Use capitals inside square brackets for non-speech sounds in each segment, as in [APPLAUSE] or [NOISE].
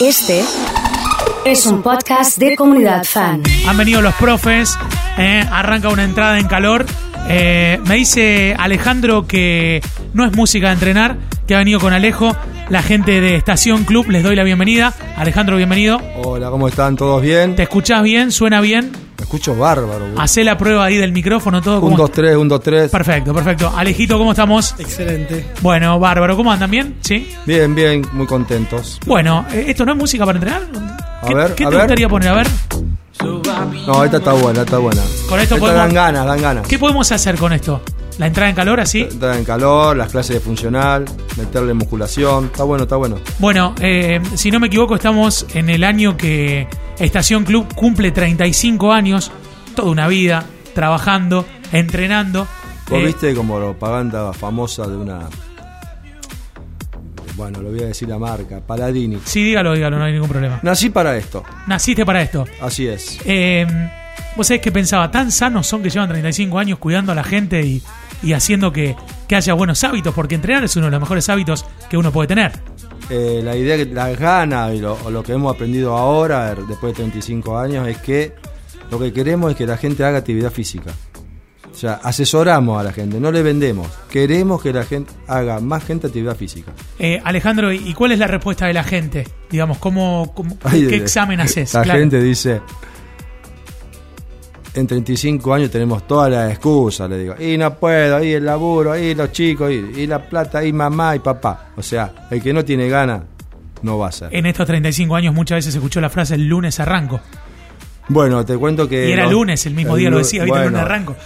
Este es un podcast de comunidad fan. Han venido los profes, eh, arranca una entrada en calor. Eh, me dice Alejandro que no es música de entrenar, que ha venido con Alejo. La gente de Estación Club les doy la bienvenida. Alejandro, bienvenido. Hola, ¿cómo están? ¿Todos bien? ¿Te escuchás bien? ¿Suena bien? Me escucho bárbaro. güey. Hacé la prueba ahí del micrófono, todo. Un, ¿cómo dos, tres, un, dos, tres. Perfecto, perfecto. Alejito, ¿cómo estamos? Excelente. Bueno, bárbaro, ¿cómo andan? ¿Bien? ¿Sí? Bien, bien, muy contentos. Bueno, eh, ¿esto no es música para entrenar? ¿Qué, ver, qué a te ver. gustaría poner? A ver, No, esta está buena, esta está buena. Con esto Esta podemos- dan ganas, dan ganas. ¿qué podemos hacer con esto? ¿La entrada en calor así? Dan en calor, las clases de funcional, meterle musculación. Está bueno, está bueno. Bueno, eh, si no me equivoco, estamos en el año que Estación Club cumple 35 años, toda una vida, trabajando, entrenando. Vos Eh, viste como propaganda famosa de una... Bueno, lo voy a decir la marca, Paladini. Sí, dígalo, dígalo, no hay ningún problema. Nací para esto, Naciste para esto. así es. Eh, Vos sabés que pensaba, tan sanos son que llevan 35 años cuidando a la gente y, y haciendo que, que haya buenos hábitos, porque entrenar es uno de los mejores hábitos que uno puede tener. Eh, la idea, que- la gana y lo, o lo que hemos aprendido ahora, después de 35 años, es que lo que queremos es que la gente haga actividad física. O sea, asesoramos a la gente, no le vendemos. Queremos que la gente haga más gente actividad física. Eh, Alejandro, ¿y cuál es la respuesta de la gente? Digamos, ¿cómo, cómo- Ay, ¿qué de- examen haces? La Claro. gente dice, en 35 años tenemos todas las excusas, le digo. Y no puedo, y el laburo, y los chicos, y, y la plata, y mamá, y papá. O sea, el que no tiene ganas, no va a hacer. En estos 35 años muchas veces se escuchó la frase el lunes arranco. Bueno, te cuento que... y era los- lunes, el mismo día lo Eh, lu- decía, ¿viste? el bueno, lunes arranco.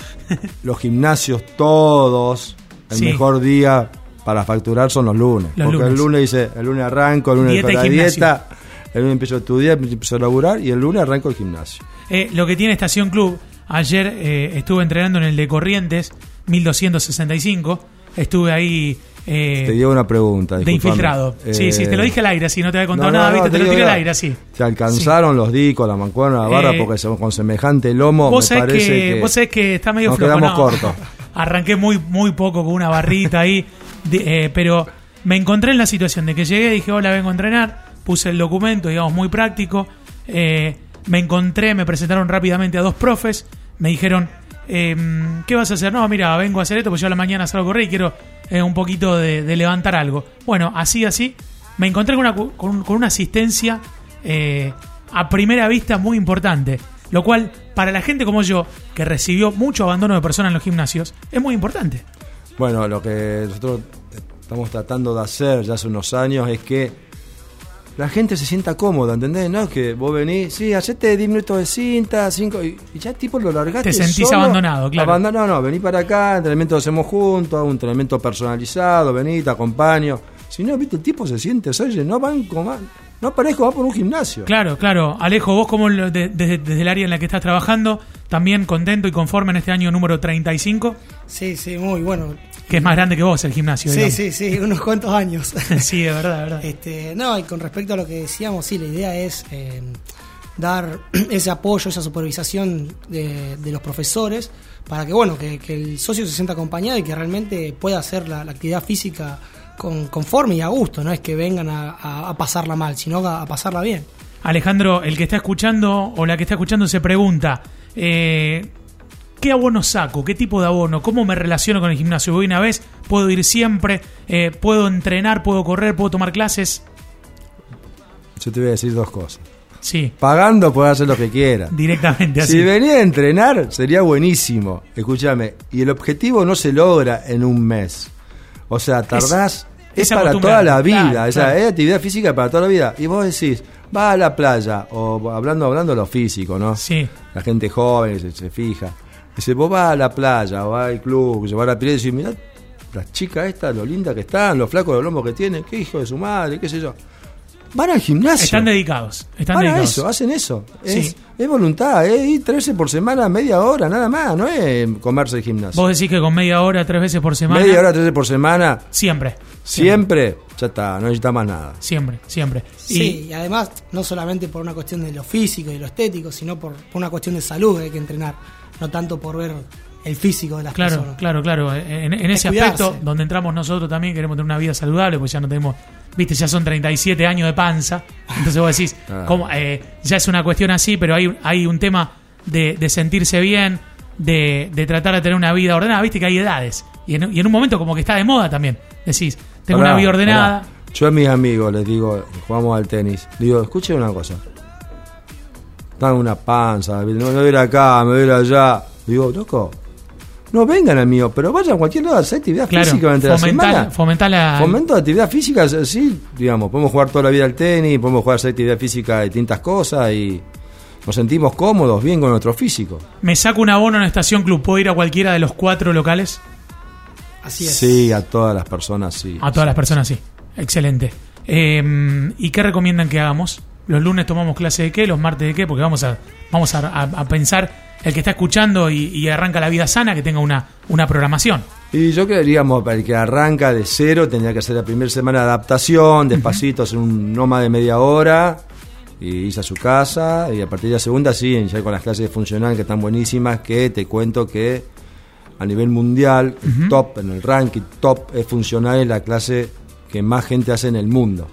los gimnasios todos, el Sí. mejor día para facturar son los lunes. Los porque lunes. el lunes dice, el lunes arranco, el lunes Dieta y empiezo la gimnasio. dieta, el lunes empiezo a estudiar, empiezo a laburar y el lunes arranco el gimnasio. Eh, lo que tiene Estación Club, ayer eh, estuve entrenando en el de Corrientes, 1265. Estuve ahí eh, te llevo una pregunta. de disculpame. infiltrado. sí, Eh, sí, te lo dije al aire, así no te había contado no, no, nada, no, ¿viste? Te, lo digo tiré al nada. aire, así. Se alcanzaron los dicos, la mancuerna, la barra, Eh, porque se- con semejante lomo Vos me sabés, parece que, que... vos sabés que está medio nos flojo, quedamos no. cortos. [LAUGHS] Arranqué muy, muy poco con una barrita ahí, de- eh, pero me encontré en la situación de que llegué, dije, hola, vengo a entrenar, puse el documento, digamos, muy práctico, eh, me encontré, me presentaron rápidamente a dos profes, me dijeron, em, ¿qué vas a hacer? No, mira, vengo a hacer esto, porque yo a la mañana salgo a correr y quiero eh, un poquito de, de levantar algo. Bueno, así, así, me encontré con una, cu- con, un- con una asistencia eh, a primera vista muy importante. Lo cual, para la gente como yo, que recibió mucho abandono de personas en los gimnasios, es muy importante. Bueno, lo que nosotros estamos tratando de hacer ya hace unos años es que la gente se sienta cómoda, ¿entendés? No es que vos venís, sí, hacete 10 minutos de cinta, 5, y, y ya tipo lo largaste. Te sentís solo. abandonado, claro. Abandonado, no, vení para acá, entrenamiento lo hacemos juntos, un entrenamiento personalizado, vení, te acompaño. Si no, viste, el tipo se siente, oye, no van como... No parezco, va por un gimnasio. Claro, claro. Alejo, vos como lo- de- desde, desde el área en la que estás trabajando, también contento y conforme en este año número 35, Sí, sí, muy bueno. que es más grande que vos el gimnasio. Sí, digamos. sí, sí, unos cuantos años. [LAUGHS] sí, de verdad, de verdad. este, no, y con respecto a lo que decíamos, sí, la idea es eh, dar [CLEARS THROAT] ese apoyo, esa supervisación de, de los profesores para que, bueno, que, que el socio se sienta acompañado y que realmente pueda hacer la, la actividad física con, conforme y a gusto, no es que vengan a, a- a pasarla mal, sino a- a pasarla bien. Alejandro, el que está escuchando o la que está escuchando se pregunta, eh, ¿qué abono saco? ¿Qué tipo de abono? ¿Cómo me relaciono con el gimnasio? ¿Voy una vez? ¿Puedo ir siempre? Eh, ¿Puedo entrenar? ¿Puedo correr? ¿Puedo tomar clases? Yo te voy a decir dos cosas. Sí, Pagando podés hacer lo que quieras. directamente así. Si venía a entrenar, sería buenísimo. Escúchame, y el objetivo no se logra en un mes. O sea, tardás. es Es, para acostumbrar. toda la vida. Claro, o sea, claro. es actividad física para toda la vida. Y vos decís, va a la playa, o hablando, hablando de lo físico, ¿no? Sí. La gente joven se, se fija. Dice, vos vas a la playa, o vas al club, se va a la pileta y decís, mirá, las chicas estas, lo lindas que están, los flacos, los lombos que tienen, qué hijo de su madre, qué sé yo. Van al gimnasio. Están dedicados. Están Para dedicados. eso, hacen eso. Es, Sí. es voluntad, es ir 13 por semana, media hora, nada más, no es comerse el gimnasio. Vos decís que con media hora, tres veces por semana. media hora, 13 por semana, Siempre. siempre, ya está, no necesita más nada. Siempre, siempre. Y- Sí, y además no solamente por una cuestión de lo físico y lo estético, sino por, por una cuestión de salud que hay que entrenar, no tanto por ver el físico de las Claro, personas. claro, claro. En, en ese cuidarse. aspecto, donde entramos nosotros también, queremos tener una vida saludable, porque ya no tenemos, viste, ya son 37 años de panza, Entonces vos [LAUGHS] decís, Ah. ¿cómo? Eh, ya es una cuestión así, pero hay, hay un tema de, de sentirse bien, de, de tratar de tener una vida ordenada. Viste que hay edades. Y en, y en un momento como que está de moda también. Decís, tengo Pará, una vida ordenada. pará. Yo a mis amigos les digo, jugamos al tenis. Digo, escuchen una cosa. Están una panza, me voy a ir acá, me voy a ir allá. Digo, loco, no vengan al mío, pero vayan a cualquier lado a hacer actividad Claro, física durante la semana. fomentar, fomentar la... Fomento de actividad física, eh, sí, digamos, podemos jugar toda la vida al tenis, podemos jugar a hacer actividad física de distintas cosas y nos sentimos cómodos, bien con nuestro físico. Me saco un abono en Estación Club, ¿puedo ir a cualquiera de los cuatro locales? Así es. Sí, a todas las personas, sí. A todas las personas, sí. Excelente. Eh, ¿Y qué recomiendan que hagamos? Los lunes tomamos clase de qué, los martes de qué, porque vamos a, vamos a, a- a pensar el que está escuchando y, y arranca la vida sana, que tenga una, una programación. Y yo creo, digamos, para el que arranca de cero, tendría que hacer la primera semana de adaptación, despacito, hacer un noma de media hora, y irse a su casa, y a partir de la segunda, sí, ya con las clases de funcional que están buenísimas, que te cuento que a nivel mundial, el top, en el ranking top, es funcional, es la clase que más gente hace en el mundo.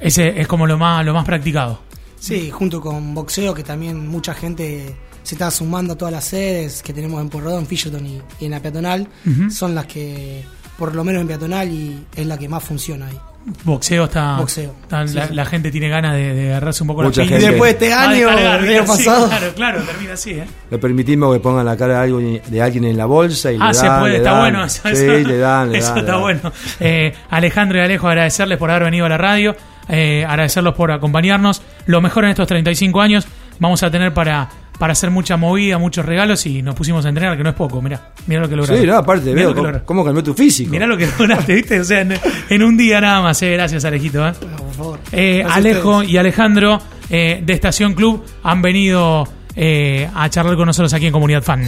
Ese es como lo más, lo más practicado. Sí, junto con boxeo, que también mucha gente se está sumando a todas las sedes que tenemos en Porredón, Fisherton y, y en la peatonal. Ujú. Son las que, por lo menos en peatonal, y es la que más funciona ahí. Boxeo está. Boxeo, está- sí, la, sí. la gente tiene ganas de, de agarrarse un poco Mucha la gente. Y después de Ah, este año, [LAUGHS] el año pasado. Claro, claro, termina así, ¿eh? Le permitimos que pongan la cara de alguien, de alguien en la bolsa y Ah, le dan, se puede, le está dan. bueno. [LAUGHS] Eso, Sí, eso- le dan, [LAUGHS] le eso dan, le está dan. bueno. Eh, Alejandro y Alejo, agradecerles por haber venido a la radio, eh, agradecerlos por acompañarnos. Lo mejor en estos 35 años vamos a tener para, para hacer mucha movida, muchos regalos y nos pusimos a entrenar, que no es poco, mirá, mirá lo que lograste. Sí, no, aparte, mirá veo lo que cómo, lograste. cómo cambió tu físico. Mirá lo que lograste, ¿viste? O sea, en, en un día nada más, eh. gracias Alejito. ¿eh? Bueno, por favor. Eh, Gracias a Alejo ustedes. y Alejandro eh, de Estación Club han venido eh, a charlar con nosotros aquí en Comunidad Fan.